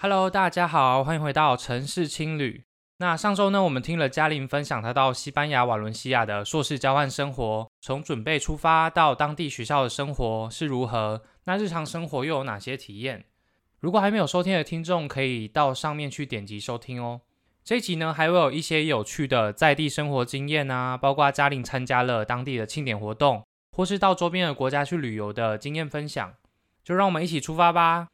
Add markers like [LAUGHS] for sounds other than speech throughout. Hello，大家好，欢迎回到城市青旅。那上周呢，我们听了嘉玲分享她到西班牙瓦伦西亚的硕士交换生活，从准备出发到当地学校的生活是如何，那日常生活又有哪些体验？如果还没有收听的听众，可以到上面去点击收听哦。这一集呢，还会有一些有趣的在地生活经验啊，包括嘉玲参加了当地的庆典活动，或是到周边的国家去旅游的经验分享。就让我们一起出发吧！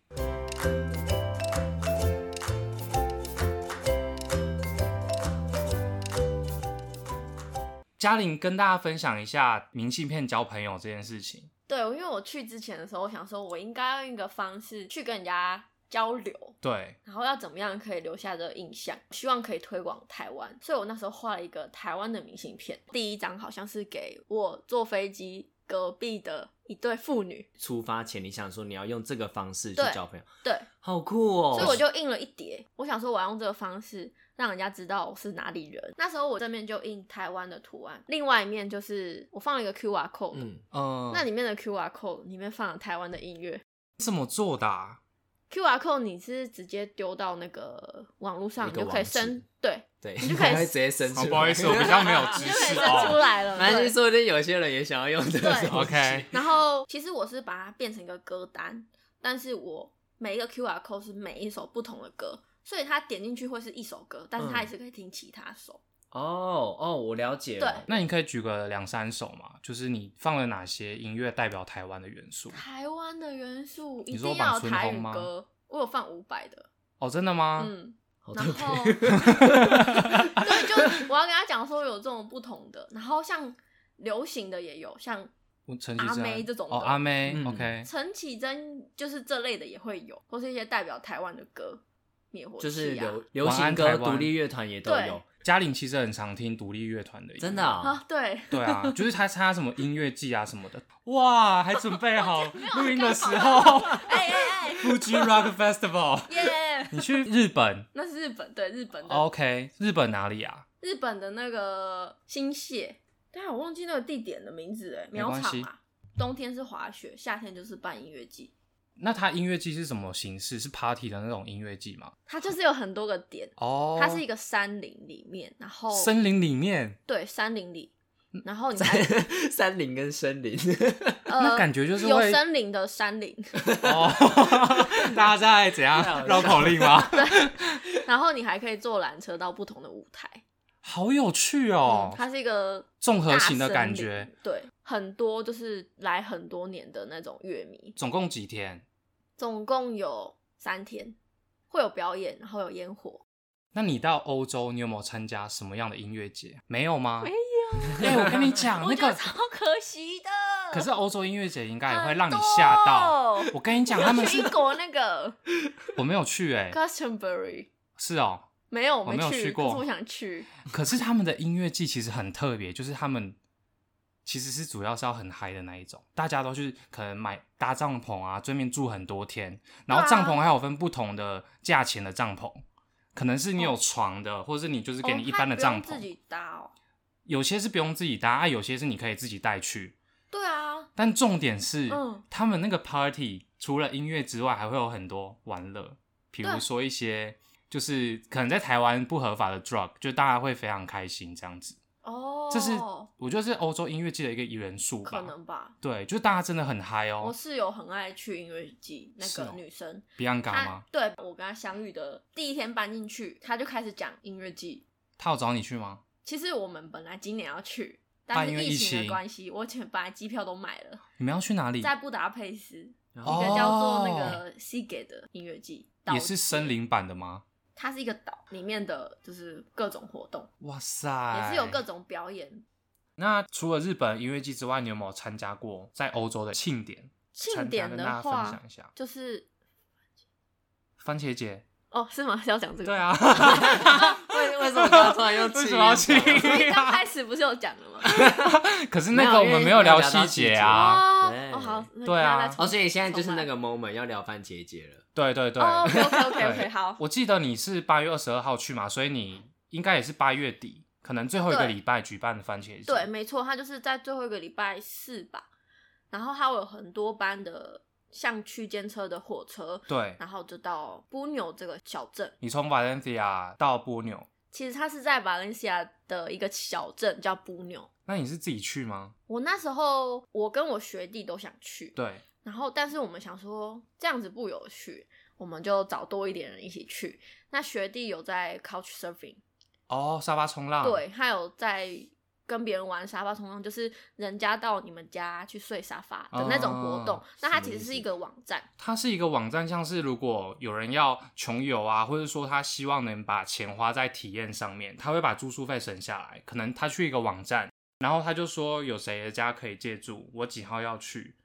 嘉玲跟大家分享一下明信片交朋友这件事情。对，因为我去之前的时候，我想说我应该用一个方式去跟人家交流，对，然后要怎么样可以留下这个印象，希望可以推广台湾。所以我那时候画了一个台湾的明信片，第一张好像是给我坐飞机隔壁的一对父女，出发前你想说你要用这个方式去对交朋友，对，好酷哦！所以我就印了一叠。我想说我要用这个方式让人家知道我是哪里人。那时候我这面就印台湾的图案，另外一面就是我放了一个 QR code，、嗯，嗯，那里面的 QR code 里面放了台湾的音乐。怎么做的啊、 QR code 你是直接丢到那个网络上，一你个就可以网址生，对，对，你就可以我 [LAUGHS] 会直接生出好来。哦不好意 [LAUGHS] 思我比较没有知你就可以识生出哦来了。 [LAUGHS] 反正对就是说不定有些人也想要用这个对东西 OK 然后其实我是把它变成一个歌单，但是我每一个 QR code 是每一首不同的歌，所以它点进去会是一首歌，但是嗯它也是可以听其他首。哦哦，我了解了。 [LAUGHS] 那你可以举个两三首嘛，就是你放了哪些音乐代表台湾的元素？台湾的元素一你说定要有往孙台红语吗歌，我有放伍佰的，哦，真的啊吗？嗯。好然特别后， [LAUGHS] [LAUGHS] 对，就是我要跟他讲说有这种不同的，然后像流行的也有，像我陈绮贞嗯阿妹这种的哦，阿妹、嗯 o k 陈绮贞就是这类的也会有，或是一些代表台湾的歌，灭火器、啊、就是流流晚安行台歌、湾独立乐团也都有，嘉玲其实很常听独立乐团的音乐，真的 [LAUGHS] 啊。啊， [LAUGHS] 对，对啊，就是他参加什么音乐季啊什么的，哇，还准备 [LAUGHS] 好录音的时啊刚候 [LAUGHS] 哎哎哎， [LAUGHS] ，Fuji Rock Festival，耶！ [LAUGHS] 你去日本哦那是日本，对日本的、 ，OK，日本哪里啊？日本的那个新泻，但我忘记那个地点的名字哎，没苗关场系嘛。冬天是滑雪，夏天就是办音乐季，那他音乐季是什么形式？是 party 的那种音乐季吗？它就是有很多个点， [LAUGHS] 哦，它是一个山林里面，然后森嗯林里面，对，山林里，然后你还山林跟森林，呃，那感觉就是有会森林的山林，哦， [LAUGHS] 大家在怎样太好笑绕口令吗？然后你还可以坐缆车到不同的舞台。好有趣哦嗯，它是一个综合大型的森感林觉。。对，很多就是来很多年的那种乐迷，总共几天？总共有三天，会有表演，然后有烟火。那你到欧洲，你有没有参加什么样的音乐节？没有吗？没有。哎、我跟你 [LAUGHS] 讲，我那觉得个超可惜的。可是欧洲音乐节应该也会很让你多吓到。。我跟你讲，他们去是英国那 [LAUGHS] 个我没有去、哎， Glastonbury 是哦。没有，我我没有去过可是我想去。可是他们的音乐季其实很特别，就是他们其实是主要是要很嗨的那一种，大家都去可能买搭帐篷啊，对面住很多天，然后对啊帐篷还有分不同的价钱的帐篷，可能是你有床的，或是你就是给你哦一他般的不用帐自篷，己搭哦。有些是不用自己搭，啊，有些是你可以自己带去。对啊，但重点是，嗯他们那个 party 除了音乐之外，还会有很多玩乐，比如对说一些就是可能在台湾不合法的 drug，就大家会非常开心这样子。哦，这是我觉得是欧洲音乐季的一个元素吧。可能吧。对，就是大家真的很嗨我哦。室友很爱去音乐季，那是个哦女生， Bianca 她吗？对我跟她相遇的第一天搬进去，她就开始讲音乐季。他有找你去吗？其实我们本来今年要去，啊但因是为疫疫情的情关系，我前把机票都买了，你们要去哪里？在布达佩斯然一后哦个叫做那个 Seagate 的音乐季，岛也是森林版的吗？节，它是一个岛里面的，就是各种活动，哇也塞，是有各。种表演。那除了日本音乐季之外，你有没有参加过在欧洲的庆典？庆典参加跟大家的分话享一，下。就是番茄 [LAUGHS] 节，哦，是吗？是要讲这个？ [LAUGHS] 对。啊，为为什么他突然又 [LAUGHS] 为什么要气音一刚开始不是有讲了吗？ [LAUGHS] 可是那个我们没有聊细节啊。哦对哦好，那对啊那再重哦，所以现在就是重那个 moment 要聊番茄节了。对对对。来哦，OK [LAUGHS] OK OK 对 OK 好，我记得你是八月二十二号去嘛，所以你应该也是八月底，可能最后一个对礼拜举办的番茄节。对，没错，他就是在最后一个礼拜四吧，然后他有很多班的像区间车的火车，对，然后就到布纽这个小镇。你从 Valencia 到波纽，其实它是在瓦伦西亚的一个小镇叫布纽。那你是自己去吗？我那时候我跟我学弟都想去，对，然后但是我们想说这样子不有趣，我们就找多一点人一起去。那学弟有在 Couch Surfing，、哦，沙发冲浪，对，他有在跟别人玩沙发冲浪，就是人家到你们家去睡沙发的那种活动。哦那它什其么意实是思一个网站，它是一个网站，像是如果有人要穷游啊，或者说他希望能把钱花在体验上面，他会把住宿费省下来。可能他去一个网站，然后他就说有谁的家可以借住，我几号要去，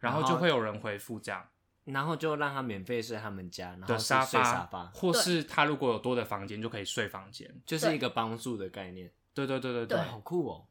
然后然后就会有人回复这样然后就让他免费睡他们家，然后哦的是沙睡发，沙发，或是他如果有多的房间就可以睡房间。就是一个帮助的概念，对对对对对哇好酷哦！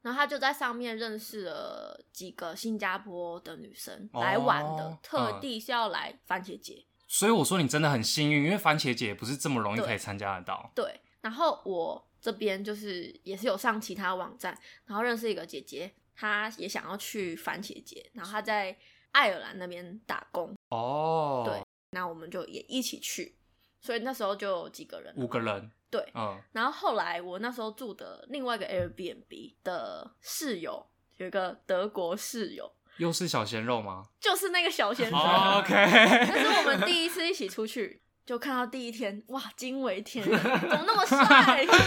然后他就在上面认识了几个新加坡的女生哦来玩的，嗯特地是要来番茄节。所以我说你真的很幸运，因为番茄姐也不是这么容易对可以参加得到。对，然后我这边就是也是有上其他网站，然后认识一个姐姐，她也想要去番茄节，然后她在爱尔兰那边打工，哦，对那我们就也一起去。所以那时候就有几个人，五个人，对，嗯，然后后来我那时候住的另外一个 Airbnb 的室友有一个德国室友，又是小鲜肉吗、就是那个小先生。哦 o 那 k 是我们第一次一起出去，就看到第一天，哇，惊为天人，怎么那么帅，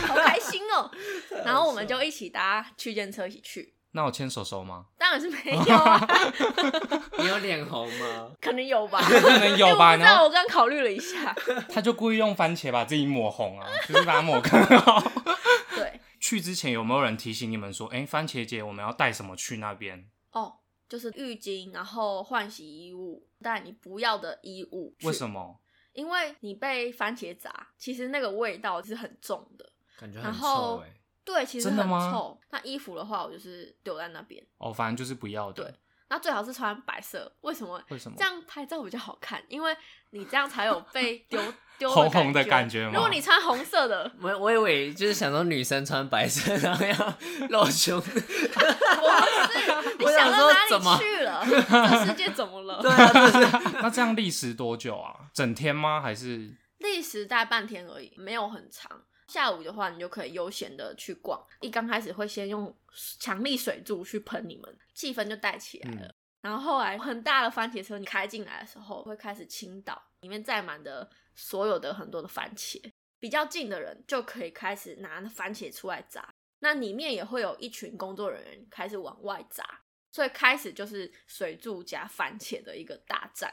好开心哦！然后我们就一起搭区间车一起去，那我牵手手吗？当然 [LAUGHS] 是没有啊，你有脸红吗？可能有 [LAUGHS] 吧，可能有吧 [LAUGHS] 因为我不知然道，后我刚考虑了一下，他就故意用番茄把自己抹红 [LAUGHS] 啊，就是把它抹更好。对， [LAUGHS] 去之前有没有人提醒你们说，哎、番茄节我们要带什么去那边？哦，就是浴巾，然后换洗衣物，带你不要的衣物。为什么？么？因为你被番茄砸，其实那个味道是很重的。感觉然很后臭哎、，对，其实欸真的很吗臭。那衣服的话，我就是丢在那边。哦，反正就是不要的。对，那最好是穿白色，为什么？为什么这样拍照比较好看？因为你这样才有被 [LAUGHS] 丢丢红红的感觉觉。吗如果你穿红色的我我以为就是想说女生穿白色， [LAUGHS] 然后要露 [LAUGHS] 胸，你我想想到说哪怎里么去了？这世界怎么了？ [LAUGHS] 啊 [LAUGHS] 那这样历时多久啊？整天吗？还是历时大概半天而已，没有很长。下午的话，你就可以悠闲的去逛。一刚开始会先用强力水柱去喷你们，气氛就带起来嗯了。然后后来很大的番茄车，你开进来的时候会开始倾倒，里面载满的所有的很多的番茄。比较近的人就可以开始拿番茄出来砸，那里面也会有一群工作人员开始往外砸，所以开始就是水柱加番茄的一个大战。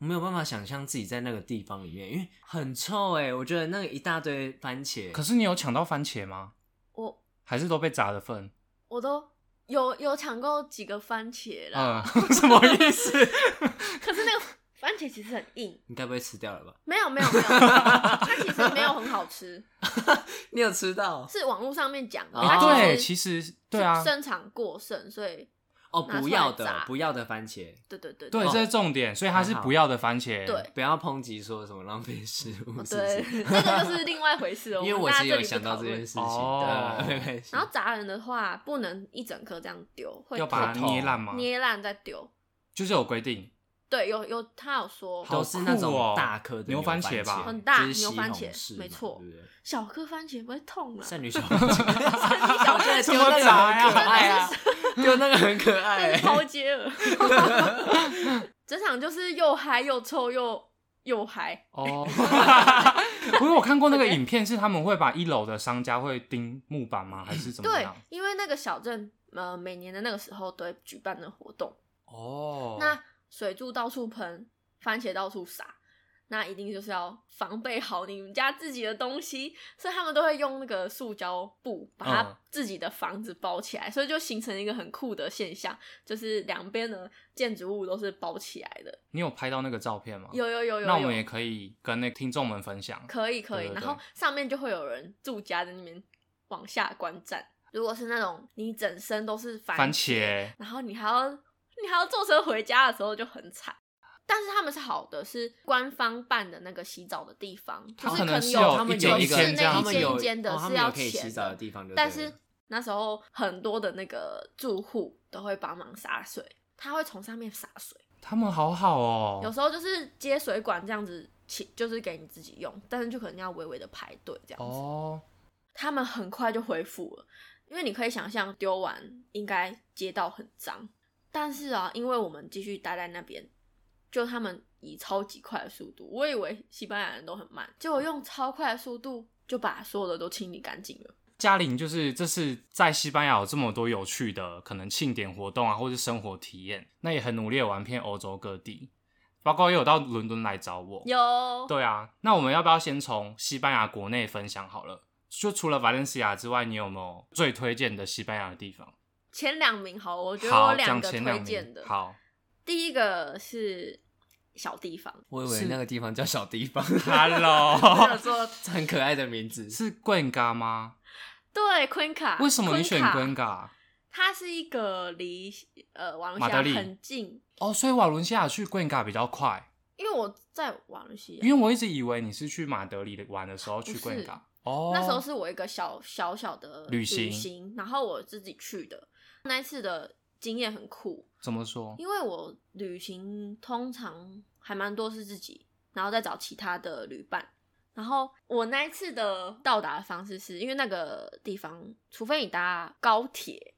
我没有办法想象自己在那个地方里面，因为很臭哎、我觉得那个一大堆番茄，可是你有抢到番茄吗？我还是都被砸的份？我都有有抢购几个番茄啦，嗯， [LAUGHS] 什么意思？ [LAUGHS] 可是那个 [LAUGHS] 番茄其实很硬，你该不会吃掉了吧？没有没有没有， [LAUGHS] 它其实没有很好吃，你有吃到是网络上面讲的，哦它哎对，啊其其实实对啊是，生产过剩，所以哦？拿出不来要炸的，不要的番茄，对对对对，哦这是重点，所以它是不要的番茄。对不要抨击说什么浪费食物，是不哦对，是？ [LAUGHS] 这个就是另外一回 [LAUGHS] 事哦。因为我我们大是家有里不想讨到这论件事情哦的，没关系然。后砸人的话，不能一整颗这样丢，会要把它头捏烂吗？捏烂再丢。就是有规定。对，有有他有说好都是那酷哦种大颗的牛番番茄吧很大就是西牛番红茄柿没嘛错对不对小颗番茄不会痛啊了，剩女小番茄，小颗怎我觉得丢么那个砸呀很可爱 [LAUGHS] 啊，丢那个很可爱但是欸。 [LAUGHS] 抛接了。 [LAUGHS] 整场就是又嗨又臭又又嗨， [LAUGHS] 哦，我有看过那个影片，是他们会把一楼的商家会钉木板 [LAUGHS] 吗？还是怎么对样？，因为那个小镇呃每年的那个时候都会举办的活动，哦，那水柱到处喷，番茄到处撒。那一定就是要防备好你们家自己的东西，所以他们都会用那个塑胶布把嗯它自己的房子包起来，所以就形成一个很酷的现象，就是两边的建筑物都是包起来的。你有拍到那个照片吗？有有有有有，哦那我们也可以跟那个听众们分享。可以可以，对对然后上面就会有人住家在那边往下观战。如果是那种你整身都是番番茄然后你还要你还要坐车回家的时候就很惨。但是他们是好的，是官方办的那个洗澡的地方，它就是可能能是有有他一们间有一室间内这样一他子们间有一间的哦他是们有要可以洗钱澡的地方就对了，但是那时候很多的那个住户都会帮忙洒水，他会从上面洒水，他们好好有哦。时候就是接水管这样子起，就是给你自己用，但是就可能要微微的排队这样子。哦，他们很快就恢复了，因为你可以想象丢完应该街道很脏，但是啊，因为我们继续待在那边，就他们以超级快的速度，我以为西班牙人都很慢，结果用超快的速度就把所有的都清理干净了。嘉玲就是这是在西班牙有这么多有趣的可能庆典活动啊，或是生活体验，那也很努力地玩遍欧洲各地，包括也有到伦敦来找我。有，对啊，那我们要不要先从西班牙国内分享好了？就除了瓦伦西亚之外，你有没有最推荐的西班牙的地 [LAUGHS] 方？前两名好，我觉得好，我讲个前两推名荐的，好，第一个是小地 [LAUGHS] 方，我以是为那个地方叫小地 [LAUGHS] 方， Hello，说很可爱的名字。 [LAUGHS] 是棍嘎吗？对昆卡，为什么你选昆棍卡？嘎？它是一个离呃瓦伦马西德亚里很近，哦，所以瓦伦西亚去棍嘎比较快，因为我在瓦伦西亚，因为我一直以为你是去马德里的玩的时候去不是棍嘎。哦，那时候是我一个小小小的旅行然后我自己去的。那一次的经验很酷，哦怎么说？因为我旅行通常还蛮多是自己，然后再找其他的旅伴。然后我那一次的到达的方式是，因为那个地方，除非你搭高铁，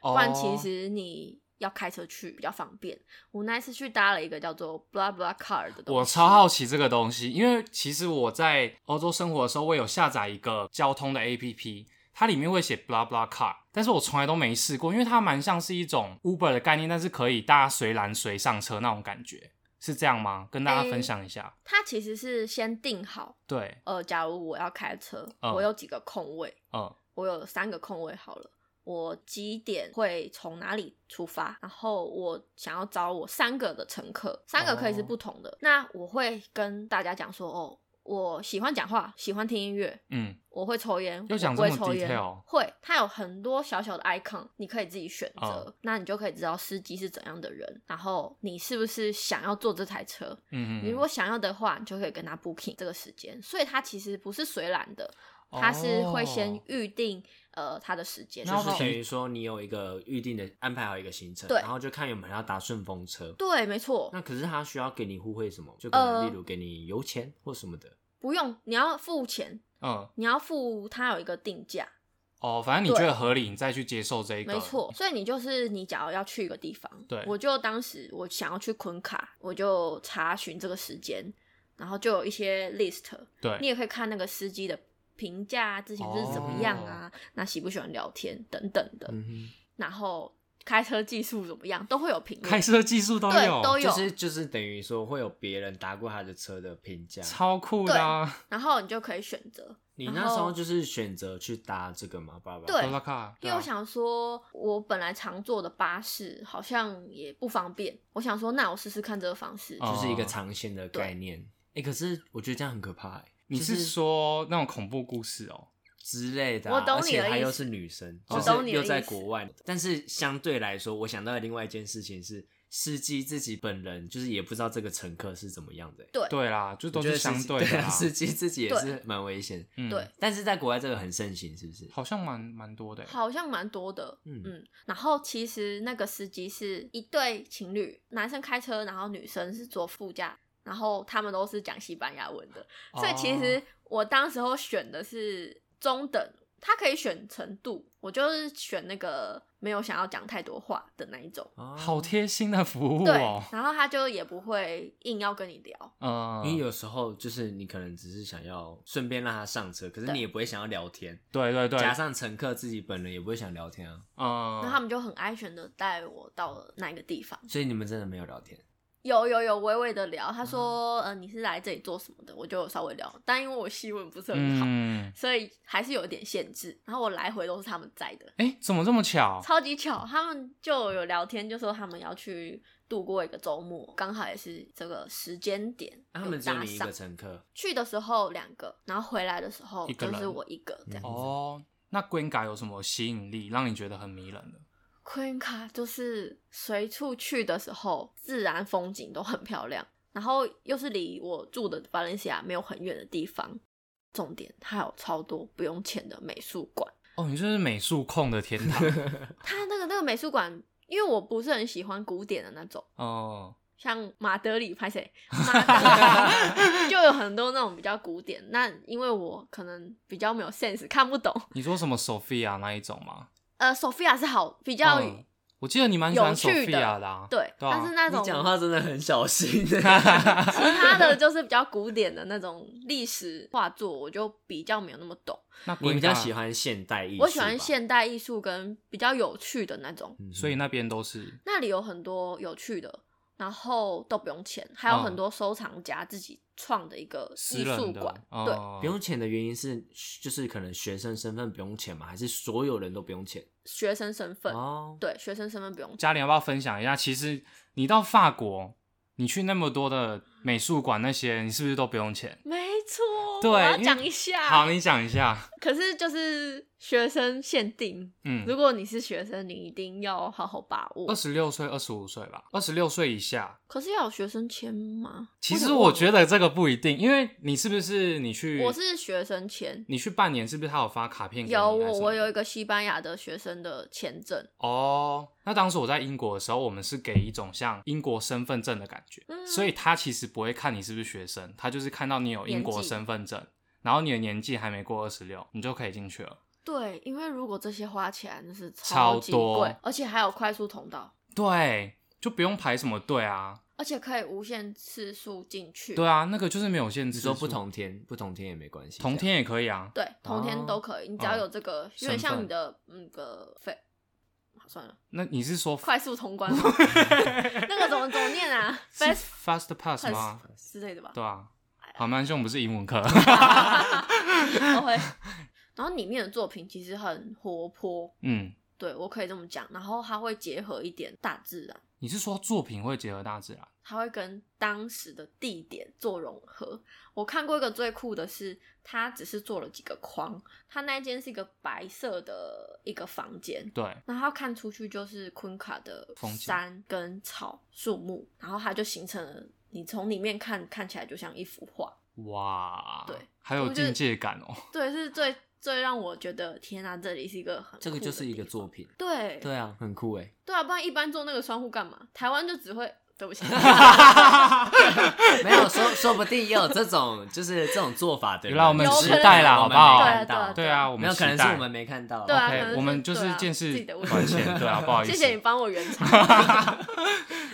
哦不然其实你要开车去比较方便。我那一次去搭了一个叫做 Blah Blah Car 的东西，我超好奇这个东西，因为其实我在欧洲生活的时候，我有下载一个交通的 APP，它里面会写 blah blah car，但是我从来都没试过，因为它蛮像是一种 Uber 的概念，但是可以大家随拦随上车那种感觉，是这样吗？跟大家诶分享一下。它其实是先定好，对，呃，假如我要开车，嗯我有几个空位，嗯，我有三个空位好了，我几点会从哪里出发？然后我想要找我三个的乘客，三个可以是哦不同的。那我会跟大家讲说，哦，我喜欢讲话，喜欢听音乐。嗯，我会抽烟，又讲我不会这么抽烟 detail 会，它有很多小小的 icon，你可以自己选择，嗯那你就可以知道司机是怎样的人，然后你是不是想要坐这台车，嗯你嗯如果想要的话，你就可以跟他 booking 这个时间，所以他其实不是随懒的，哦他是会先预定、呃他的时间，然然后就是后等于说你有一个预定的安排好一个行程，对然后就看有没有要搭顺风车。对，没错，那可是他需要给你互惠什么？就可能呃例如给你油钱或什么的。不用你要付钱，嗯，你要付他有一个定价，哦，反正你觉得合理，你再去接受这一个。没错，，所以你就是你假如要去一个地方，对我就当时我想要去昆卡，我就查询这个时间，然后就有一些 list，你对，也可以看那个司机的评价啊，之前是怎么样哦啊，那喜不喜欢聊天等等的，嗯然后开车技术怎么样，都会有评论。开车技术都对有，都有就是就是等于说会有别人搭过他的车的评价。超酷的啊然后你就可以选择。你然那时后候就是选择去搭这个吗？爸爸对 blah blah car，啊因为我想说，我本来常坐的巴士好像也不方便，我想说，那我试试看这个方式。哦就是一个长线的概念。哎、可是我觉得这样很可怕、欸，你就是说那种恐怖故事哦？之类的啊、我懂而你的且她意思又是女生，我就是懂你的又在意思国外。但是相对来说，我想到的另外一件事情是，司机自己本人就是也不知道这个乘客是怎么样的、欸。对对啦，就都我觉是得相司机对的啊啦。司机自己也对是蛮危险。嗯对，但是在国外这个很盛行，是不是？好像蛮蛮多的欸。好像蛮多的，嗯嗯，然后其实那个司机是一对情侣，男生开车，然后女生是坐副驾，然后他们都是讲西班牙文的，欸所以哦其实我当时候选的是中等，他可以选程度，我就是选那个没有想要讲太多话的那一种。哦哦好贴心的服务对哦，。然后他就也不会硬要跟你聊，嗯，因为有时候就是你可能只是想要顺便让他上车，可是对你也不会想要聊天，对对对，加上乘客自己本人也不会想聊天啊，嗯，然后他们就很安全的带我到了那个地方。所以你们真的没有聊天。有有有微微的聊，嗯他说，呃，你是来这里做什么的？我就稍微聊，但因为我西文不是很好，嗯，所以还是有一点限制。然后我来回都是他们在的，哎，怎么这么巧？超级巧，他们就有聊天，就说他们要去度过一个周末，刚好也是这个时间点，啊他们有只有搭你一嗯上个乘客，去的时候两个，然后回来的时候一个就人是我一个这样。嗯哦，那 Green 有什么吸引力让你觉得很迷人的？昆卡就是随处去的时候，自然风景都很漂亮，然后又是离我住的巴伦西亚没有很远的地方。重点，它有超多不用钱的美术馆。哦，你这是美术控的天堂它那个那个美术馆，因为我不是很喜欢古典的那种， [LAUGHS] 哦，像马德里拍谁，马德里 [LAUGHS] 就有很多那种比较古典。那因为我可能比较没有 sense，看不懂。你说什么 Sophia 那一种吗？呃，Sophia 是好比较、嗯我记得你蛮喜欢有趣的 Sophia 的、啊，对，对啊但是那你种讲话真的很 [LAUGHS] [LAUGHS] 小心。其他的就是比较古典的那种历史画作，我就比较没有那么懂。那你鬼比较咖喜，欢现代艺术吧？我喜欢现代艺术跟比较有趣的那种，嗯哼，所以那边都是那里有很多有趣的，然后都不用钱，还有嗯很多收藏家自己创的一个私艺术人馆的，，对哦不用钱的原因是，就是可能学生身份不用钱嘛，还是所有人都不用钱？学生身份，哦，对，学生身份不用钱。嘉玲要不要分享一下？其实你到法国，你去那么多的美术馆那些，你是不是都不用钱？没错，对我要因为讲一好，下。你讲一下。可是就是学生限定，如嗯，果你是学生，你一定要好好把握二。十六岁、二十五岁吧，二十六岁以下。可是要有学生签吗？其有实点我忘了觉得这个不一定，因为你是不是你去，我是学生签，你去半年，是不是他有发卡片给你有还是什么的？我我有一个西班牙的学生的签证，哦。那当时我在英国的时候，我们是给一种像英国身份证的感觉，嗯所以他其实不会看你是不是学生，他就是看到你有英国年纪身份证，然后你的年纪还没过二十六，你就可以进去了。对，因为如果这些花起来，那是超级多贵，而且还有快速通道，对，就不用排什么队啊。而且可以无限次数进去。对啊，那个就是没有限你制，说不同天，不同天也没关系，同这样天也可以啊。对，同天都可以，你只嗯要有这个，有身点像份你的嗯个费。好算了，那你是说快速 [LAUGHS] 通关吗，那个怎么怎么念啊是？Fast fast [LAUGHS] pass 吗？ Pass 之类的吧。对啊，好，曼兄不是英文课， [LAUGHS] OK，然后里面的作品其实很活泼，嗯，对我可以这么讲。然后它会结合一点大自然，你是说作品会结合大自然？它会跟当时的地点做融合。我看过一个最酷的是，它只是做了几个框，它那一间是一个白色的一个房间。对，然后看出去就是昆卡的风景山跟草、树木，然后它就形成了，你从里面看看起来就像一幅画。哇，对，还有我觉得境界感哦、对，是最最让我觉得天啊，这里是一个很这个酷欸就的是一地个方作品，对对啊，很酷哎。对啊，不然一般做那个窗户干嘛？台湾就只会 [LAUGHS] 对 [LAUGHS] 不起， [LAUGHS] 没有说，说不定也有这种，就是这种做法的人。原来我们有时代啦我好们不好没对看啊到对对啊，我没们有，可能期是待我们没看到。对啊 OK，可能是我们就对是啊见自识己的问题短浅， [LAUGHS] 对啊，不好意谢思。谢你帮我圆场。 [LAUGHS]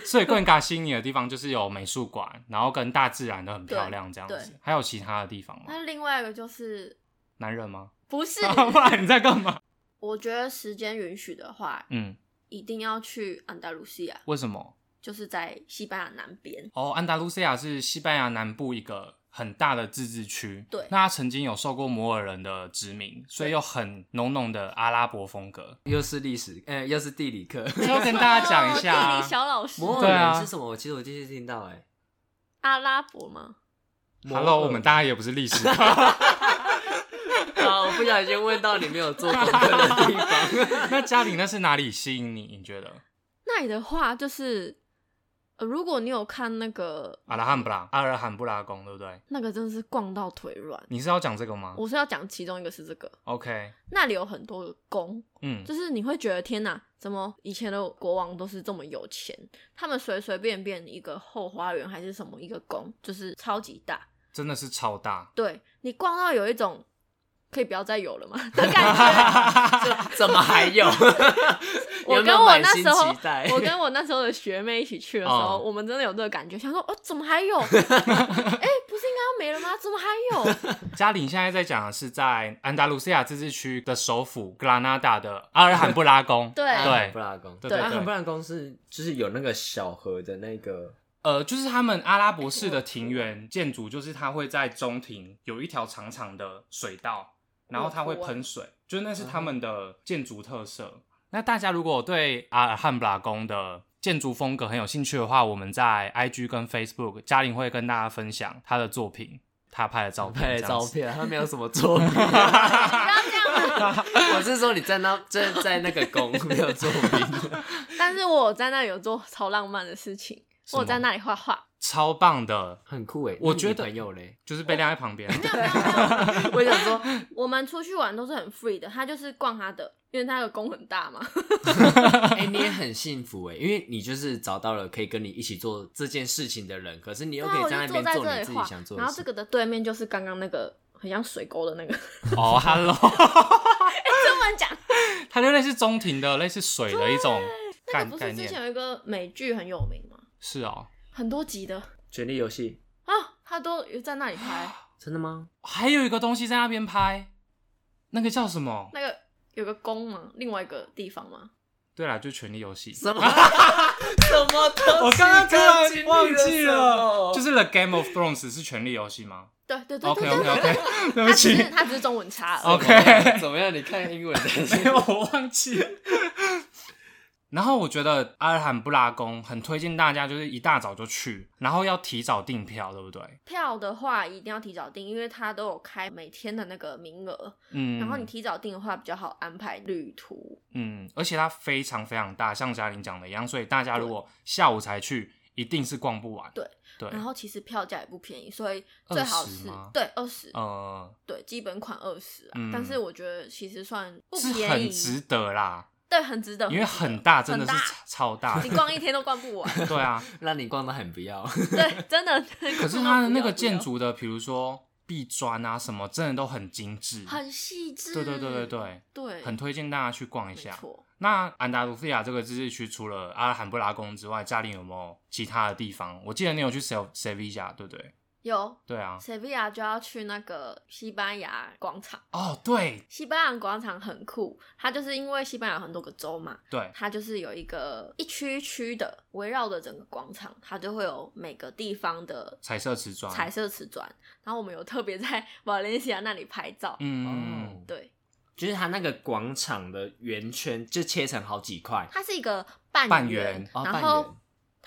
所以更加吸引你的地方就是有美术馆，然后跟大自然都很漂亮这样对子。还有其他的地方吗？那另外一个就是男人吗？？不是 [LAUGHS] 不然你在干嘛？我觉得时间允许的话，嗯，一定要去安达卢西亚，为什么？就是在西班牙南边。哦，安达卢西亚是西班牙南部一个很大的自治区。对那它曾经有受过摩尔人的殖民，所以有很浓浓的阿拉伯风格。又是历史，嗯，又是地理课。这要跟大家讲一 [LAUGHS] 下哦地啊理，小老师，摩对尔啊人是什么？我其实我第一次听到哎。阿拉伯吗？摩 Hello，尔我们大家也不是历史课。[LAUGHS] [LAUGHS] 啊，我不小心问到你没有做 [LAUGHS] 功课的地方。那嘉玲，那是哪里吸引你？你觉得？那里的话就是，呃如果你有看那个阿拉汉布拉，阿尔罕布拉宫，对不对？那个，真的是逛到腿软。你是要讲这个吗我是要讲其中一个是这个， ？OK，那里有很多的宫，嗯，就是你会觉得天哪，怎么以前的国王都是这么有钱？他们随随便便一个后花园还是什么一个宫，就是超级大。真的是超大。对你逛到有一种可以不要再有了嘛的 [LAUGHS] 感觉。这怎么还 [LAUGHS] 有？我有没跟有我满那心时候期待，我跟我那时候的学妹一起去的时候，哦我们真的有这个感觉，想说哦，怎么还有？ [LAUGHS] 哎、不是应该要没了吗？怎么还有？ [LAUGHS] 嘉玲现在在讲的是在安达卢西亚自治区的首府格拉纳达的阿尔罕布拉宫。对阿罕对布，拉宫，对对啊阿罕对布拉宫是就是有那个小河的那个，呃，就是他们阿拉伯式哎的庭园建筑，就是它会在中庭有一条长长的水道，然后它会喷水，就是那是嗯他们的建筑特色。那大家如果对阿尔汉布拉宫的建筑风格很有兴趣的话，我们在 IG 跟 Facebook，嘉玲会跟大家分享她的作品，她哦拍的照片，拍这的样照子。片，他没有什么作品。不要这样啊 [LAUGHS] 子。我是说你在那在在那个宫没有作品， [LAUGHS] 但是我在那里有做超浪漫的事情，什么我有在那里画画，超棒的，很酷哎。我那你觉得朋 [LAUGHS] 友嘞，就是被晾在旁 [LAUGHS] 边。没有没有没有， [LAUGHS] 我想说， [LAUGHS] 我们出去玩都是很 free 的，他就是逛他的，因为他的工很大嘛。哎，你也很幸福哎，因为你就是找到了可以跟你一起做这件事情的人，可是你又可对啊 [LAUGHS] 以我在那就坐在边做这你里自己画想，做然的后这事。个的对面就是刚刚那个很像水沟的那个， [LAUGHS] 哎哦，Hello， [LAUGHS] 中文讲它就类似中庭的，类似水的一种那概个不概是之前念。有一个美剧很有名吗？是哦，很多集的 [GASPS] 权力游戏啊，他都有在那里 [GASPS] 拍真的吗？还有一个东西在那边拍，那个叫什么？那个有个宫嘛，另外一个地方嘛。对啦，就《权力游戏》。什 [LAUGHS] 么？什么东西？我刚刚突刚经然历忘记了了，就是《The Game of Thrones》是权力游戏吗对对对？OK 对 OK 对 OK，对 [LAUGHS] 他不只起是，他只是中文差而已。 OK 怎么样？你看英文没的，有，我忘记了。然后我觉得阿尔罕布拉宫很推荐大家，就是一大早就去，然后要提早订票，对不对？票的话一定要提早订，因为他都有开每天的那个名额，嗯，然后你提早订的话比较好安排旅途。嗯，而且它非常非常大，像嘉玲讲的一样，所以大家如果下午才去，一定是逛不完。对对，然后其实票价也不便宜，所以最20好是吗对二十、呃，对基本款二十啊、嗯但是我觉得其实算不是便宜，很值得啦，对，很值得，因为值得很大，真的是很大超超大 [LAUGHS] 你的。逛一天都逛不完。 [LAUGHS] 对啊，让你逛到很不要。对，真的。可可是它的那个建筑的，比如说壁砖啊什么，真的都很精致。很细致，对对对对对，对，很推荐大家去逛一没下。错。那安达卢西亚这个自治区，除了阿尔罕布拉宫之外，嘉玲有没有其他的地方？我记得你有去 Se Sevilla，对不对？有对啊。 Sevilla 就要去那个西班牙广场，哦，对西班牙广场很酷，它就是因为西班牙有很多个州嘛，对，它就是有一个一区一区的围绕着整个广场，它就会有每个地方的彩色瓷砖。彩色瓷砖，然后我们有特别在 [LAUGHS] 瓦伦西亚那里拍照，嗯，哦，对，就是它那个广场的圆圈就切成好几块，它是一个半半圆圆，哦然半圆后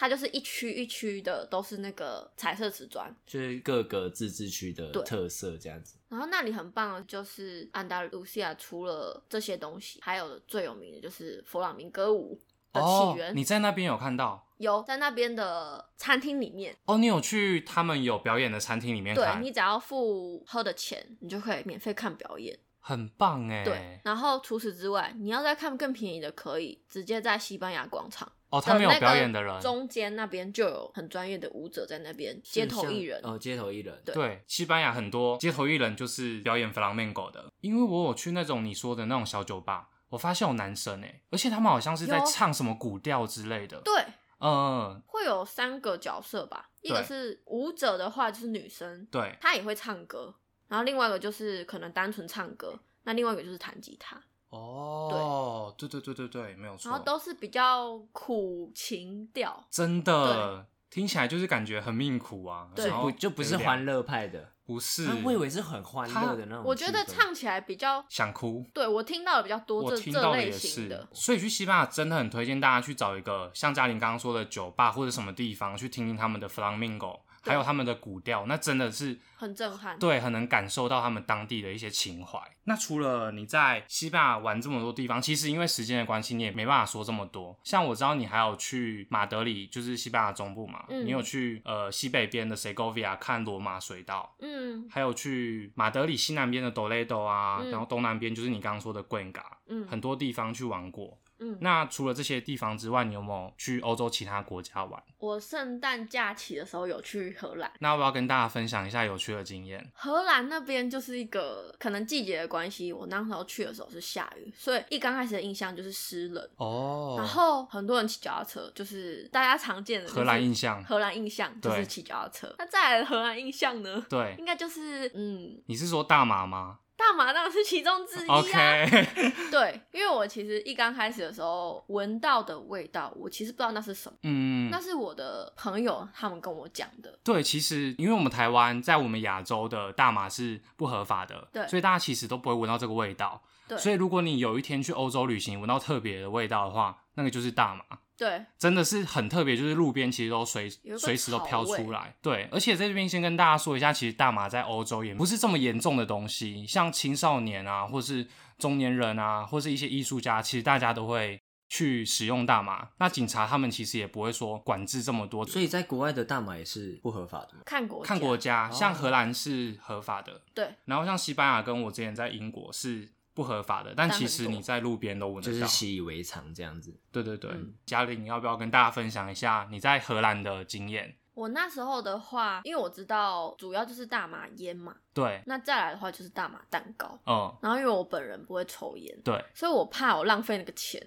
它就是一区一区的都是那个彩色瓷砖，就是各个自治区的对特色这样子。然后那里很棒的就是安达卢西亚，除了这些东西，还有最有名的就是弗朗明歌舞的哦起，源，你在那边有看到？有在那边的餐厅里面，哦，你有去他们有表演的餐厅里面对看你，只要付喝的钱，你就可以免费看表演。很棒哎。对，，然后除此之外，你要再看更便宜的，可以直接在西班牙广场。哦，他们有呃那个表演的人，中间那边就有很专业的舞者在那边，街头艺人就是像哦，街头艺人，对对，西班牙很多街头艺人就是表演 flamenco 的，因为我有去那种你说的那种小酒吧，我发现有男生哎、而且他们好像是在有唱什么古调之类的，对，嗯，会有三个角色吧，一个对是舞者的话就是女生，对，他也会唱歌，然后另外一个就是可能单纯唱歌，那另外一个就是弹吉他，哦，对对对对对，没有然错，后都是比较苦情调，真的听起来就是感觉很命苦啊，对然后不就不是有点欢，乐派的，不是，啊我以为是很欢乐的那种气氛。我觉得唱起来比较，想哭。对我听到的比较多我这听这到的类也型是的，，所以去西班牙真的很推荐大家去找一个像嘉玲刚刚说的酒吧或者什么地方去听听他们的 flamenco，还有他们的古调，那真的是很震撼。对，很能感受到他们当地的一些情怀。那除了你在西班牙玩这么多地方，其实因为时间的关系，你也没办法说这么多。像我知道你还有去马德里，就是西班牙中部嘛，嗯你有去呃西北边的 Segovia 看罗马水道，嗯还有去马德里西南边的 Toledo 啊，嗯然后东南边就是你刚刚说的 Cuenca，很嗯多地方去玩过。嗯，那除了这些地方之外，你有没有去欧洲其他国家玩？我圣诞假期的时候有去荷兰。那要不要跟大家分享一下有趣的经验？荷兰那边就是一个可能季节的关系，我那时候去的时候是下雨，所以一刚开始的印象就是湿冷，哦然后很多人骑脚踏车，就是大家常见的就是荷兰印象荷兰印象就对是骑脚踏车。那再来的荷兰印象呢？对，应该就是嗯，你是说大麻吗、大麻当然是其中之一啊。 o k 对，因为我其实一刚开始的时候闻到的味道，我其实不知道那是什么， [LAUGHS] 嗯那，是我的朋友他们跟我讲的。对，其实因为我们台湾在我们亚洲的大麻是不合法的，对所以大家其实都不会闻到这个味道。对所以如果你有一天去欧洲旅行，闻到特别的味道的话，那个就是大麻。对，真的是很特别，就是路边其实都随有一个随时都飘草出味来。对，而且在这边先跟大家说一下，其实大麻在欧洲也不是这么严重的东西，像青少年啊，或是中年人啊，或是一些艺术家，其实大家都会去使用大麻。那警察他们其实也不会说管制这么多，所以在国外的大麻也是不合法的嘛。看国看国家，家哦像荷兰是合法的，对，然后像西班牙跟我之前在英国是不合法的，但但其很实多你在路边都闻就得是到。习以为常这样子，对对对嗯，嘉玲要不要跟大家分享一下你在荷兰的经验？我那时候的话，因为我知道主要就是大麻烟嘛，对，那再来的话就是大麻蛋糕。嗯，然后因为我本人不会抽烟，对，所以我怕我浪费那个 [LAUGHS] 钱，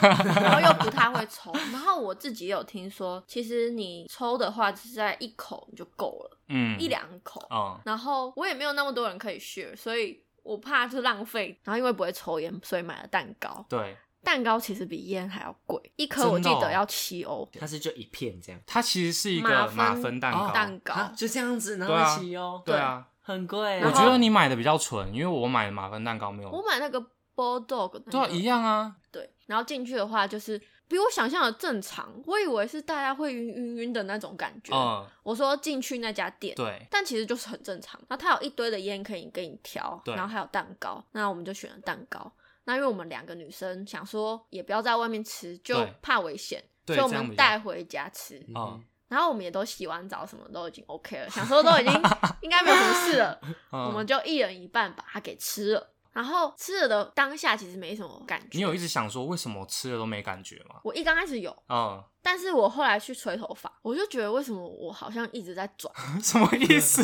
然后又不太会抽。然后我自己也有听说，其实你抽的话，只是在一口你就够了，嗯，一，两口。嗯，然后我也没有那么多人可以 share，所以我怕是浪费。然后因为不会抽烟，所以买了蛋糕。对，蛋糕其实比烟还要贵，一颗我记真的哦得要七欧。它是就一片这样，它其实是一马个芬马芬蛋糕。哦蛋糕啊就这样子，然对啊后一起哦，对啊，很贵。我然后觉得你买的比较纯，因为我买的马芬蛋糕没我有。买那个 bulldog，对啊，一样啊，对，然后进去的话就是比我想象的正常，我以为是大家会晕晕晕的那种感觉。嗯，我说进去那家店，对，但其实就是很正常。然后它有一堆的烟可以给你挑，对然后还有蛋糕，那我们就选了蛋糕。那因为我们两个女生想说也不要在外面吃，就对怕危险，对所以我这样们比较带回家吃。嗯嗯然后我们也都洗完澡，什么都已经 OK 了，想说都已经 [LAUGHS] 应该没有什么事了，嗯，我们就一人一半把它给吃了。然后吃了的当下其实没什么感觉，你有一直想说为什么我吃了都没感觉吗？我一刚开始有，嗯，但是我后来去吹头发，我就觉得为什么我好像一直在转， [LAUGHS] 什么意思？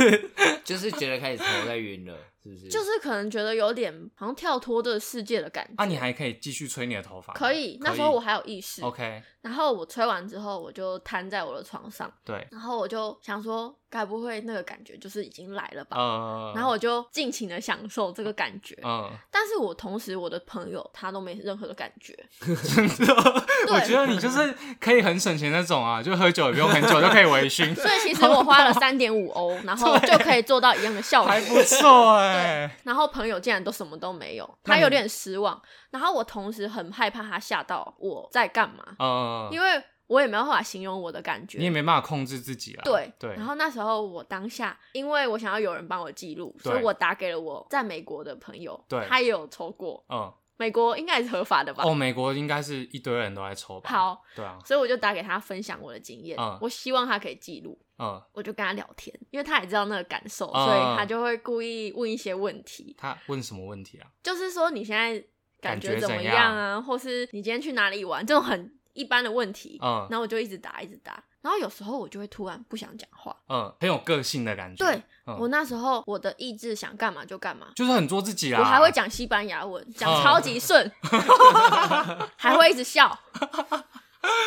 就是觉得开始头在晕了，是不是？就是可能觉得有点好像跳脱这个世界的感觉。 [LAUGHS] 啊，你还可以继续吹你的头发吗？可以，那时候我还有意识。 OK，然后我吹完之后，我就瘫在我的床上，对，然后我就想说，该不会那个感觉就是已经来了吧？呃，然后我就尽情的享受这个感觉，嗯，但是我同时我的朋友他都没任何的感觉， [LAUGHS] 真的，我觉得你就是可以很省钱那种啊，就喝酒也不用很久就可以微 [LAUGHS] 醺，所以其实我 [LAUGHS] 花了三点五欧，然后就可以做到一样的效还果。不错哎、然后朋友竟然都什么都没有，那他你有点失望。然后我同时很害怕他吓到我在干嘛，呃，因为我也没有办法形容我的感觉。你也没办法控制自己啦。对对，然后那时候我当下，因为我想要有人帮我记录，对所以我打给了我在美国的朋友，对他也有抽过，嗯，美国应该也是合法的吧？哦，美国应该是一堆人都在抽吧？，好，对啊，所以我就打给他分享我的经验，嗯我希望他可以记录。嗯，我就跟他聊天，因为他也知道那个感受，嗯所以他就会故意问一些问题，他问什么问题啊？就是说你现在感感觉觉怎怎么样样啊，或是你今天去哪里玩，这种很一般的问题。嗯然后我就一直答，一直答，然后有时候我就会突然不想讲话。嗯，很有个性的感觉。对、嗯我那时候，我的意志想干嘛就干嘛。就是很做自己啦。我还会，讲西班牙文，讲嗯超 [LAUGHS] 级顺，还会一直笑。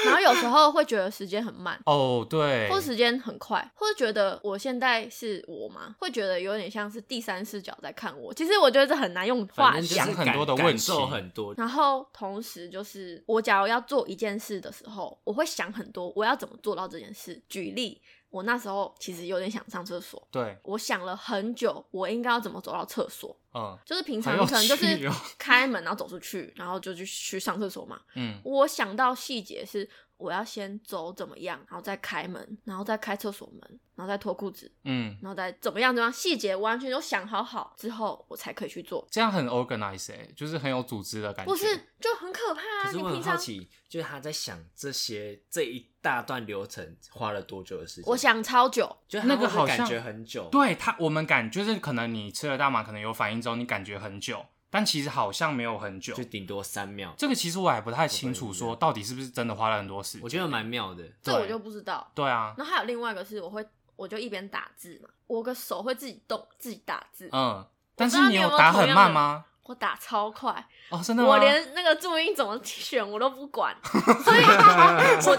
然后有时候会觉得时间很慢，哦，对，或时间很快，或者觉得我现在是我吗？会觉得有点像是第三视角在看我。其实我觉得这很难用反话正就是讲。想很多的感问感受题很多。然后同时就是，我假如要做一件事的时候，我会想很多，我要怎么做到这件事。举例，我那时候其实有点想上厕所，对，我想了很久，我应该要怎么走到厕所。嗯就是平好常有可能就是趣哦 [LAUGHS] 开门然后走出去，然后就去去上厕所嘛。嗯，我想到细节是，我要先走怎么样，然后再开门，然后再开厕所门，然后再脱裤子，嗯，然后再怎么样怎么样，细节完全都想好好之后，我才可以去做。这样很 organized，、欸、就是很有组织的感觉。不是，就很可怕啊！可是你我很平好常奇，就是他在想这些这一大段流程花了多久的时间？我，想超久，就那个好像感觉很久，，对他，我们感就是可能你吃了大麻，可能有反应之后，你感觉很久，但其实好像没有很久就。顶多三秒。这个其实我还不太清我楚，本人说到底是不是真的花了很多时间。我觉得蛮妙的，这对我就不知道。对啊，然后还有另外一个是，我会我就一边打字嘛，我个手会自己动，自己打字，嗯，但知道是你你有没有打同很样慢的吗？我打超快，哦，真的吗？我连那个注音怎么选我都 [LAUGHS] 不管，所以我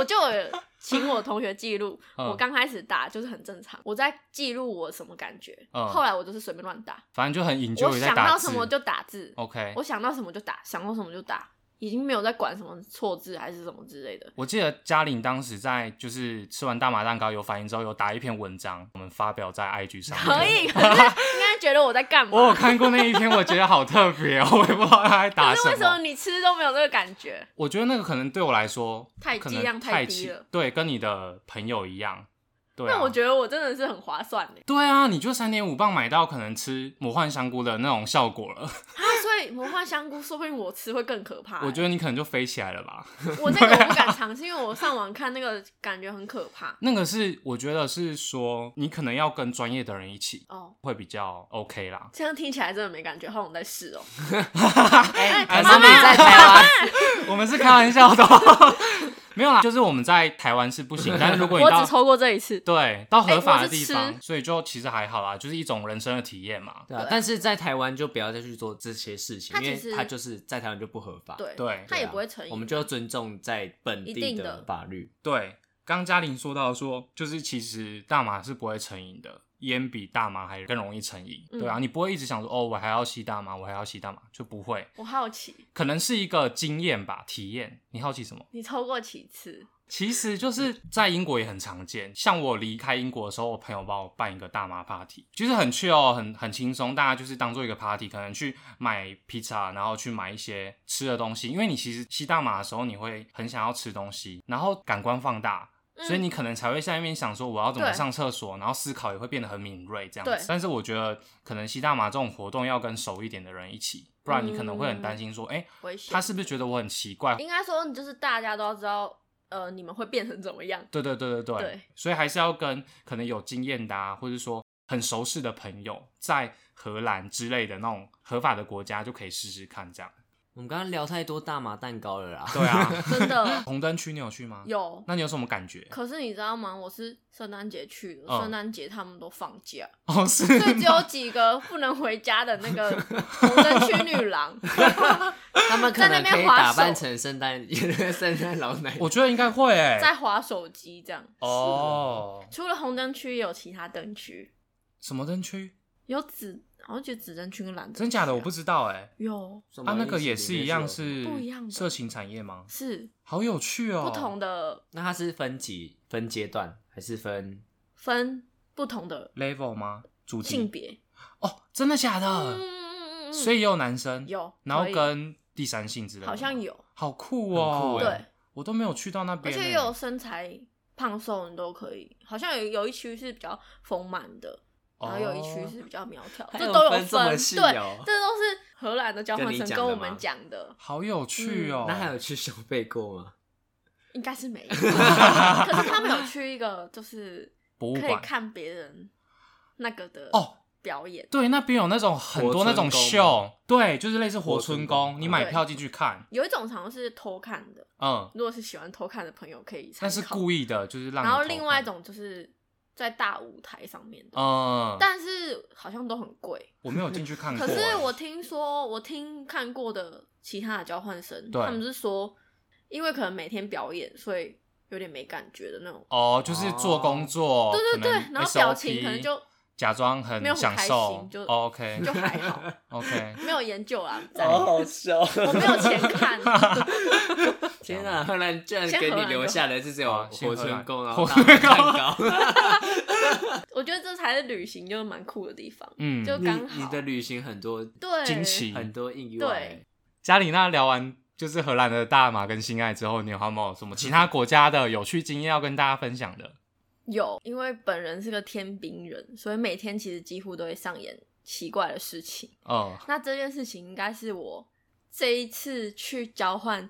我就有请我同学记录。 [LAUGHS] 嗯我刚开始打就是很正常，我在记录我什么感觉。嗯后来我就是随便乱打，反正就很 enjoy 我在想打到字什么就打字， OK。我想到什么就打，想到什么就打，已经没有在管什么错字还是什么之类 [LAUGHS] 的。我记得嘉玲当时在就是吃完大麻蛋糕有反应之后，有打一篇文章，我们发表在 IG 上面。可以，可是应该觉得我在干 [LAUGHS] 我有嘛？看过那一篇，我觉得好特别哦，我也不知道他在打可什是为什么你吃都没有这个感觉？我觉得那个可能对我来说太可剂能量太太低轻了对，跟你的朋友一样。对、啊，那我觉得我真的是很划算的欸对啊，你就三点五磅买到可能吃魔幻香菇的那种效果了。啊！所以以魔幻香菇，说不定我吃会更可怕欸、我觉得你可能就飞起来了吧。我那个我 [LAUGHS] 不敢尝试，因为我上网看那个感觉很可怕。那个是我觉得是说你可能要跟专业的人一起，哦，会比较 OK 啦。这样听起来真的没感觉，好像我在试哦。 [LAUGHS] 哎，哎可是你在台湾，我们是开玩笑的，哦 [LAUGHS] 没有啦，就是我们在台湾是不行，但是如果 [LAUGHS] 你我只到抽过这一次。对到合法哎的我是地吃方，所以就其实还好啦，就是一种人生的体验嘛。对啊，但是在台湾就不要再去做这些事情，它因其为实它就是在台湾就不合法。对，对它也对啊不会成瘾。我们就要尊重在本一定地的的法律。对，刚嘉玲说到说，就是其实大麻是不会成瘾的，烟比大麻还更容易成瘾。对啊，嗯你不会一直想说哦，我还要吸大麻，我还要吸大麻，就不会。我好奇，可能是一个经验吧，体验。你好奇什么？你抽过几次？其实就是在英国也很常见。像我离开英国的时候，我朋友帮我办一个大麻 party，其实很 chill，哦很很轻松，大家就是当做一个 party，可能去买披萨，然后去买一些吃的东西。因为你其实吸大麻的时候，你会很想要吃东西，然后感官放大。嗯所以你可能才会下面想说我要怎么对上厕所，然后思考也会变得很敏锐这样对子。但是我觉得可能吸大麻这种活动要跟熟一点的人一起，不然你可能会很嗯担心说，哎、危险？他是不是觉得我很奇怪？应该说，就是大家都要知道，呃，你们会变成怎么样？对对对对对，对所以还是要跟可能有经验的啊，或者说很熟识的朋友，在荷兰之类的那种合法的国家就可以试试看这样。我们刚刚聊太多大麻蛋糕 [LAUGHS] 了啦。对啊， [LAUGHS] [LAUGHS] 真的红灯区你有去吗？。有。那你有什么感觉？ [LAUGHS] 可是你知道吗？我是圣诞节去的，嗯圣诞节他们都放假，哦，是所以只有几个不能回家的那个红灯区女 [LAUGHS] 郎。 [LAUGHS] 他们可在那能边可以滑打手扮成圣诞 [LAUGHS] 圣诞老奶奶。我觉得应该会哎、在划手机这样。哦，除了红灯区，也有其他灯区，什么灯区？有紫，好像就紫灯区跟蓝灯区啊、真假的我不知道哎、有什么啊，那意个思也里是面一样有是不一样的色情产业吗？是好有趣哦，不同的那它是分几分阶段，还是分？分不同的 level 吗？主题性别。哦，真的假的？嗯嗯嗯嗯，所以也有男生有然后可以跟第三性之类的吗，好像有，好酷哦、很酷欸对，我都没有去到那而边欸、且有身材胖瘦你都可以，好像有有一区是比较丰满的，哦然后有一区是比较苗条，还哦这有都有分这么细对哦，这都是荷兰的交换跟生你讲跟的我们吗讲的，好有趣哦、那还有去消费过吗？应该 [LAUGHS] 是没有，可是他们有去一个就是博物可以馆看别人那个的哦表演，对，那边有那种很多那种活春宫秀，对，就是类似活春活春宫，宫你买对票进去看，有一种好像是偷看的，嗯，如果是喜欢偷看的朋友可以参那是考，故意的，就是让你然后偷另外一看，种就是在大舞台上面的，嗯，但是好像都很贵。我没有进去看过可欸、是我听说，我听看过的其他的交换生，对他们是说，因为可能每天表演，所以有点没感觉的那种。哦，就是做工作，对哦对哦可能对然后表情 SOP 可能就假装很没有很享开受哦心就 o k [LAUGHS] 就还好， [LAUGHS] OK，没有研究 [LAUGHS] 啊，在哦好好 [LAUGHS] 笑！我没有钱看，天啊，荷兰居然先给荷你兰留就下来是只有好啊先活荷兰春宫，然活后春大蛋宫糕。我觉得这才是旅行就是蛮酷的地方，嗯， [LAUGHS] 就 [LAUGHS] 你刚你好的旅行很多对惊奇很多意对外，加里娜聊完就是荷兰的大马跟性爱之后，你有还有没有什么其他国家的有趣经验要跟大家分享的？有，因为本人是个天兵人，所以每天其实几乎都会上演奇怪的事情。嗯，那这件事情应该是我这一次去交换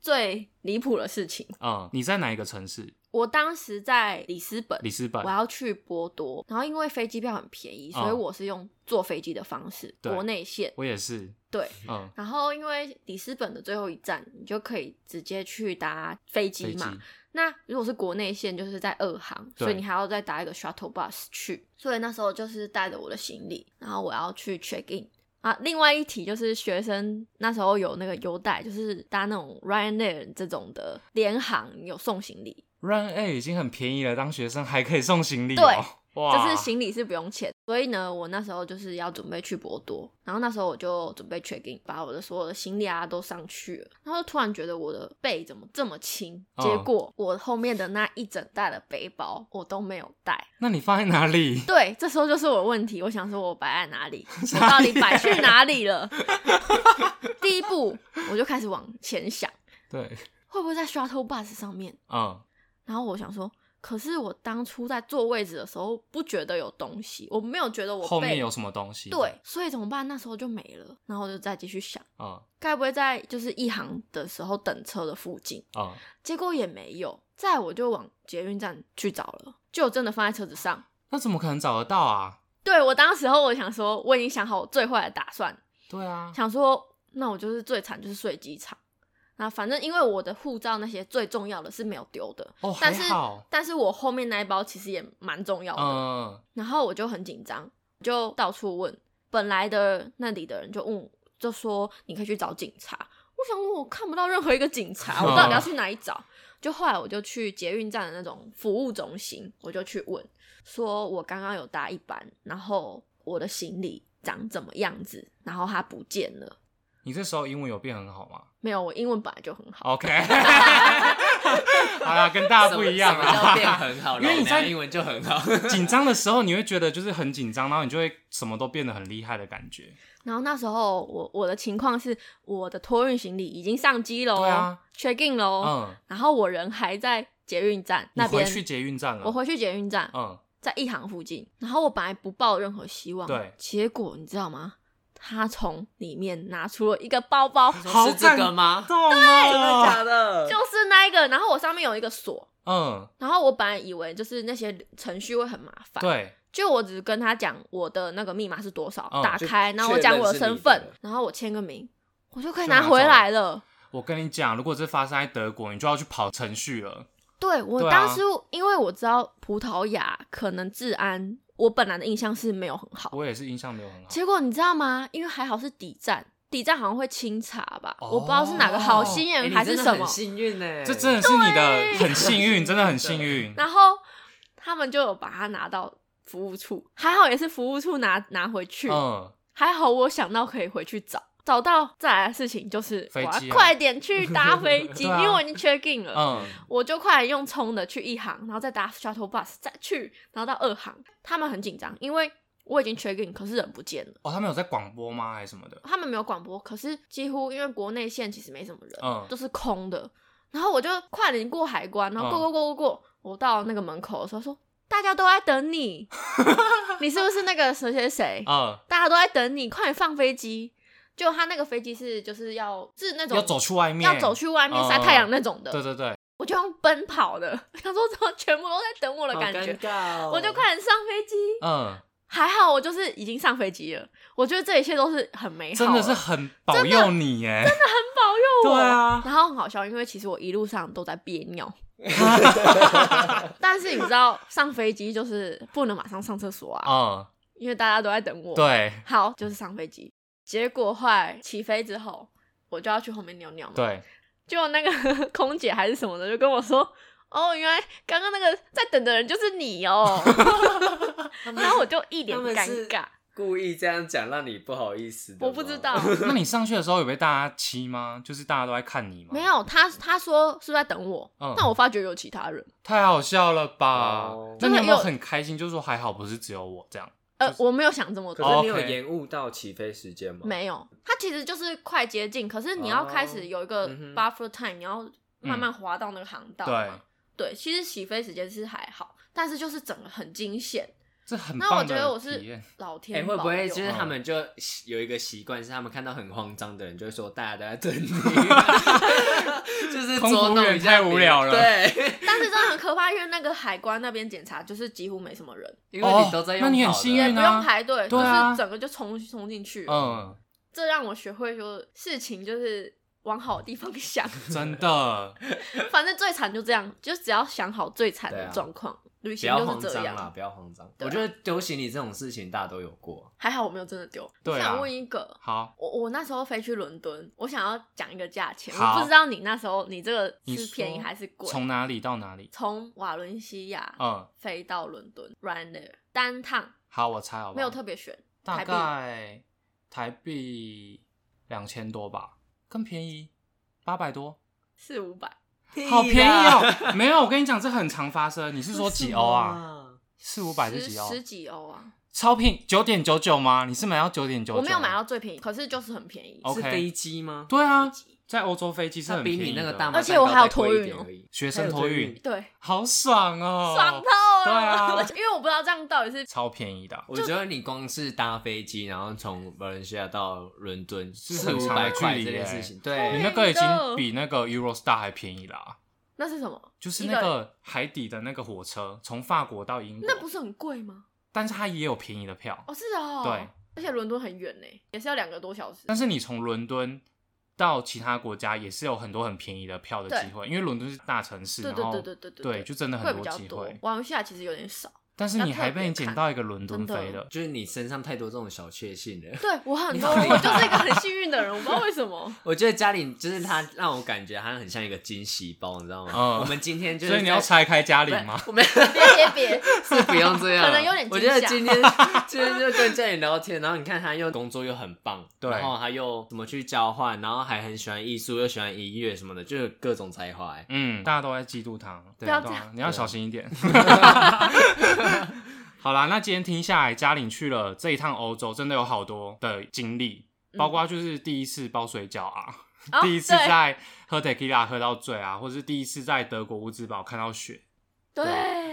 最离谱的事情。嗯，你在哪一个城市？我当时在里斯本，里斯本我。要去波多，然后因为飞机票很便宜，所以嗯我是用坐飞机的方式，对国内线。我也是。对，嗯，然后因为里斯本的最后一站，你就可以直接去搭飞机飞机嘛。那如果是国内线，就是在二航，对所以你还要再搭一个 shuttle bus 去。所以那时候就是带着我的行李，然后我要去 check in 啊。另外一题就是学生那时候有那个优待，就是搭那种 Ryanair 这种的联航有送行李， Run A 已经很便宜了，当学生还可以送行李、对哦，哇，就是行李是不用钱。所以呢，我那时候就是要准备去博多，然后那时候我就准备 check in，把我的所有的行李啊都上去了，然后突然觉得我的背怎么这么轻，嗯结果我后面的那一整袋的背包我都没有带。那你放在哪 [LAUGHS] 里？对，这时候就是我的问题，我想说我摆在哪 [LAUGHS] 里，我到底摆去哪里了？第一步我就开始往前想，对，会不会在 shuttle bus 上面？嗯，然后我想说，可是我当初在坐位置的时候，不觉得有东西，我没有觉得我被后面有什么东西？对，，所以怎么办？那时候就没了，然后我就再继续想，嗯该不会在就是一行的时候等车的附近？嗯，结果也没有，再我就往捷运站去找了，就真的放在车子上。那怎么可能找得到啊？对我当时候我想说，我已经想好我最坏的打算，对啊，想说那我就是最惨就是睡机场。那反正因为我的护照那些最重要的是没有丢的，哦，还但是好，但是我后面那一包其实也蛮重要的，嗯，然后我就很紧张，就到处问本来的那里的人，就问我就说你可以去找警察。我想说我看不到任何一个警察，我到 [LAUGHS] 底要去哪里找？就后来我就去捷运站的那种服务中心，我就去问，说我刚刚有搭一班，然后我的行李长怎么样子，然后它不见了。你这时候英文有变很好吗没有，我英文本来就很好， [LAUGHS] ？OK，好啦，跟大家不一样什么叫变啊。很好，因为你老娘在英文就很好。 [LAUGHS] [LAUGHS] 紧张的时候，你会觉得就是很紧张，然后你就会什么都变得很厉害的感觉。然后那时候我我的情况是我的托运行李已经上机了哦，对啊 check in 了哦，嗯，然后我人还在捷运站你那回边，去捷运站了。我回去捷运站，嗯，在一行附近。然后我本来不抱任何希望，对结果你知道吗？他从里面拿出了一个包包，就好是这个吗？动啊。的是那一个，然后我上面有一个锁。嗯，然后我本来以为就是那些程序会很麻烦，，对，就我只跟他讲我的那个密码是多少，嗯打就开，然后我确认讲我是你身的份，然后我签个名，我就可以就拿拿回走来了。我跟你讲，如果这发生在德国，你就要去跑程序了。对我对啊当时，因为我知道葡萄牙可能治安，我本来的印象是没有很好。我也是印象没有很好。结果你知道吗？因为还好是底站，底站好像会清查吧，哦我不知道是哪个好心哎哎人还是什么。幸运欸呢，这真的是你的很幸运，真的很幸 [LAUGHS] 运。然后他们就有把它拿到服务处，还好也是服务处拿拿回去，嗯，还好我想到可以回去找。找到再来的事情就是我飞要机啊快点去搭 [LAUGHS] 飞机，对啊因为我已经 check in 了。嗯，我就快用冲的去一行，然后再搭 shuttle bus 再去，然后到二行。他们很紧张，因为我已经 check in，可是人不见了。哦，他们有在广播吗？还是什么的？他们没有广播，可是几乎因为国内线其实没什么人，嗯都是空的。然后我就快点过海关，然后过嗯过过过过，我到那个门口的时候说，大家都在 [LAUGHS] 等你，你是不是那个谁谁谁？嗯，大家都在等你，快点放飞机。就他那个飞机是就是要是那种要走去外面，要走。去外面晒嗯太阳那种的，对对对，我就用奔跑的，想说怎么全部都在等我的感觉，我哦哦就快点上飞机。嗯，还好我就是已经上飞机了，我觉得这一切都是很美好，啊真的是很很保佑你耶，真的保佑我。对啊然后很好笑，因为其实我一路上都在憋 [LAUGHS] 尿，但是你知道上飞机就是不能马上上厕所啊，嗯，因为大家都在等我。，对好，就是上飞机。结果后来起飞之后，我就要去后面尿尿嘛。 [LAUGHS] 对，就那个 [LAUGHS] 空姐还是什么的，就跟我说：“哦，原来刚刚那个在等的人就是你 [LAUGHS] 哦。”然后我就一脸他们尴是尬，故意这样讲，让你不好意思。我不知道，，那你上去的时候有被大家欺吗？就是大家都在看你吗？没，有他他说是在等我，嗯但我发觉有其他人，太好笑了吧哦？那你有没有真的有很开心？就是说还好不是只有我这样，呃，我没有想这么可多，是你有 OK 延误到起飞时间哦吗？没有，他其实就是快接近，可是你要开始有一个哦嗯哼嗯 buffer time，、你要慢慢滑到那个航道嘛。对对，其实起飞时间是还好，但是就是整个很惊险。这很那我棒觉得的我体是验。老天、哎，保会不佑会就是嗯他们就有一个习惯，是他们看到很慌张的人，就会说大家都 [LAUGHS] 在等你，就是空服捉弄员一下太无别人聊了对，但是真的很可怕，因为那个海关那边检查就是几乎没什么人，因为你都在哦用好的，那你很幸也运不啊用排队，对啊就是整个就冲冲进去了。嗯，这让我学会说事情就是往好的地方想， [LAUGHS] 真的，反正最惨就这样，就只要想好最惨对的啊状况，旅不行要就慌是这张啦，样。不要慌张。对啊我觉得丢行李这种事情大家都有过，还好我没有真的丢。对啊我想问一个，好，我我那时候飞去伦敦，我想要讲一个价钱，好我不知道你那时候你这个你是便宜说还是贵？从哪里到哪里？从瓦伦西亚嗯，飞到伦敦，Ryanair 单趟好，我猜好不好？没有特别选，大台币概台币两千多吧，更便宜，八百多，四五百。好便宜啊哦！ [LAUGHS] 没有，我跟你讲，这很常发生。你是说几欧啊？啊？四五百十是几欧？十几欧啊！超便九点九九吗？你是买到九点九九？我没有买到。最便宜，可是就是很便宜。哦是 OK 飞机吗？对啊，在欧洲飞机是它很比便你宜那个的大哦马而且蛋我糕还有再贵托一运点哦而已学还生有托托运运，对，好爽哦，爽透了。对啊因为我不知道这样到底是超便宜的啊，我觉得你光是搭飞机，然后从马来西亚到伦敦是很很长百的距块离这件耶事情，你对，那个已经比那个 Eurostar 还便宜啦。那是什么？就是一那个个海底的那个火车，从法国到英国，那不是很贵吗？但是它也有便宜的票。哦，是哦。对，而且伦敦很远呢，也是要两个多小时。但是你从伦敦到其他国家也是有很多很便宜的票的对机会，因为伦敦是大城市，对然对后对对对对，就真的会很比多较机多会。。玩下其实有点少。但是要你特还被别你捡看到一个伦敦真的飞的，就是你身上太多这种小确 [LAUGHS] 幸了。对我很你多，好厉害我就是一个很幸运的人，我不知道为什么。我觉得嘉玲就是她，让我感觉她很像一个惊喜包，你知道吗？嗯我们今天就是所以你要在拆开家不里是 [LAUGHS] 吗？我们 [LAUGHS] 别别别，是不用这样，可能有点我觉得惊吓今天 [LAUGHS] 今天就跟这里聊天，然后你看他又工作又很棒，对然后他又怎么去交换，然后还很喜欢艺术，又喜欢音乐什么的，就是各种才华、欸。嗯，大家都在嫉妒他，对要对啊这你要小心 [LAUGHS] 一点。好啦，那今天听下来，嘉玲去了这一趟欧洲，真的有好多的经历，包括就是第一次包水饺啊， [LAUGHS] 嗯哦第一次在喝 tequila 喝到醉啊，或是第一次在德国乌兹堡看到雪，对，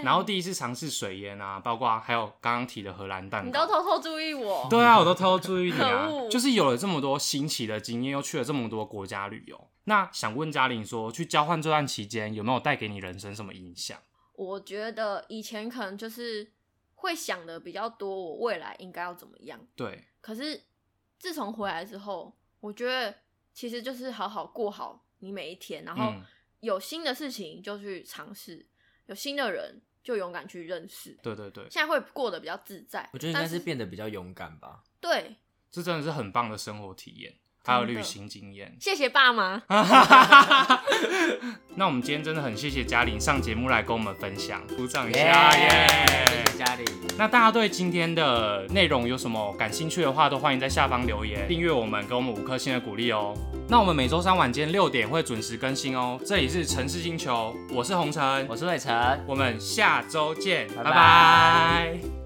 然后第一次尝试水烟啊，包括还有刚刚提的荷兰蛋你都糕。偷偷注意我。对啊，我都偷偷注意你啊可，恶就是有了这么多新奇的经验，又去了这么多国家旅游。那想问嘉玲说，去交换这段期间有没有带给你人生什么影响？我觉得以前可能就是会想的比较多，我未来应该要怎么样。对，可是自从回来之后，我觉得其实就是好好过好你每一天，然后嗯有新的事情就去尝试，有新的人就勇敢去认识。对对对，现在会过得比较自在，我觉得应该但是变得比较勇敢吧。对。这真的是很棒的生活体验，还有真的旅行经验。 [LAUGHS] 谢谢爸妈，那我们今天真的很谢谢嘉玲上节目来跟我们分享，鼓掌一耶下谢耶！谢嘉玲，那大家对今天的内容有什么感兴趣的话，都欢迎在下方留言、订阅我们，给我们五颗星的鼓励哦。那我们每周三晚间六点会准时更新哦。这里是城市星球，我是红尘我，是魏晨。我们下周见，拜拜拜拜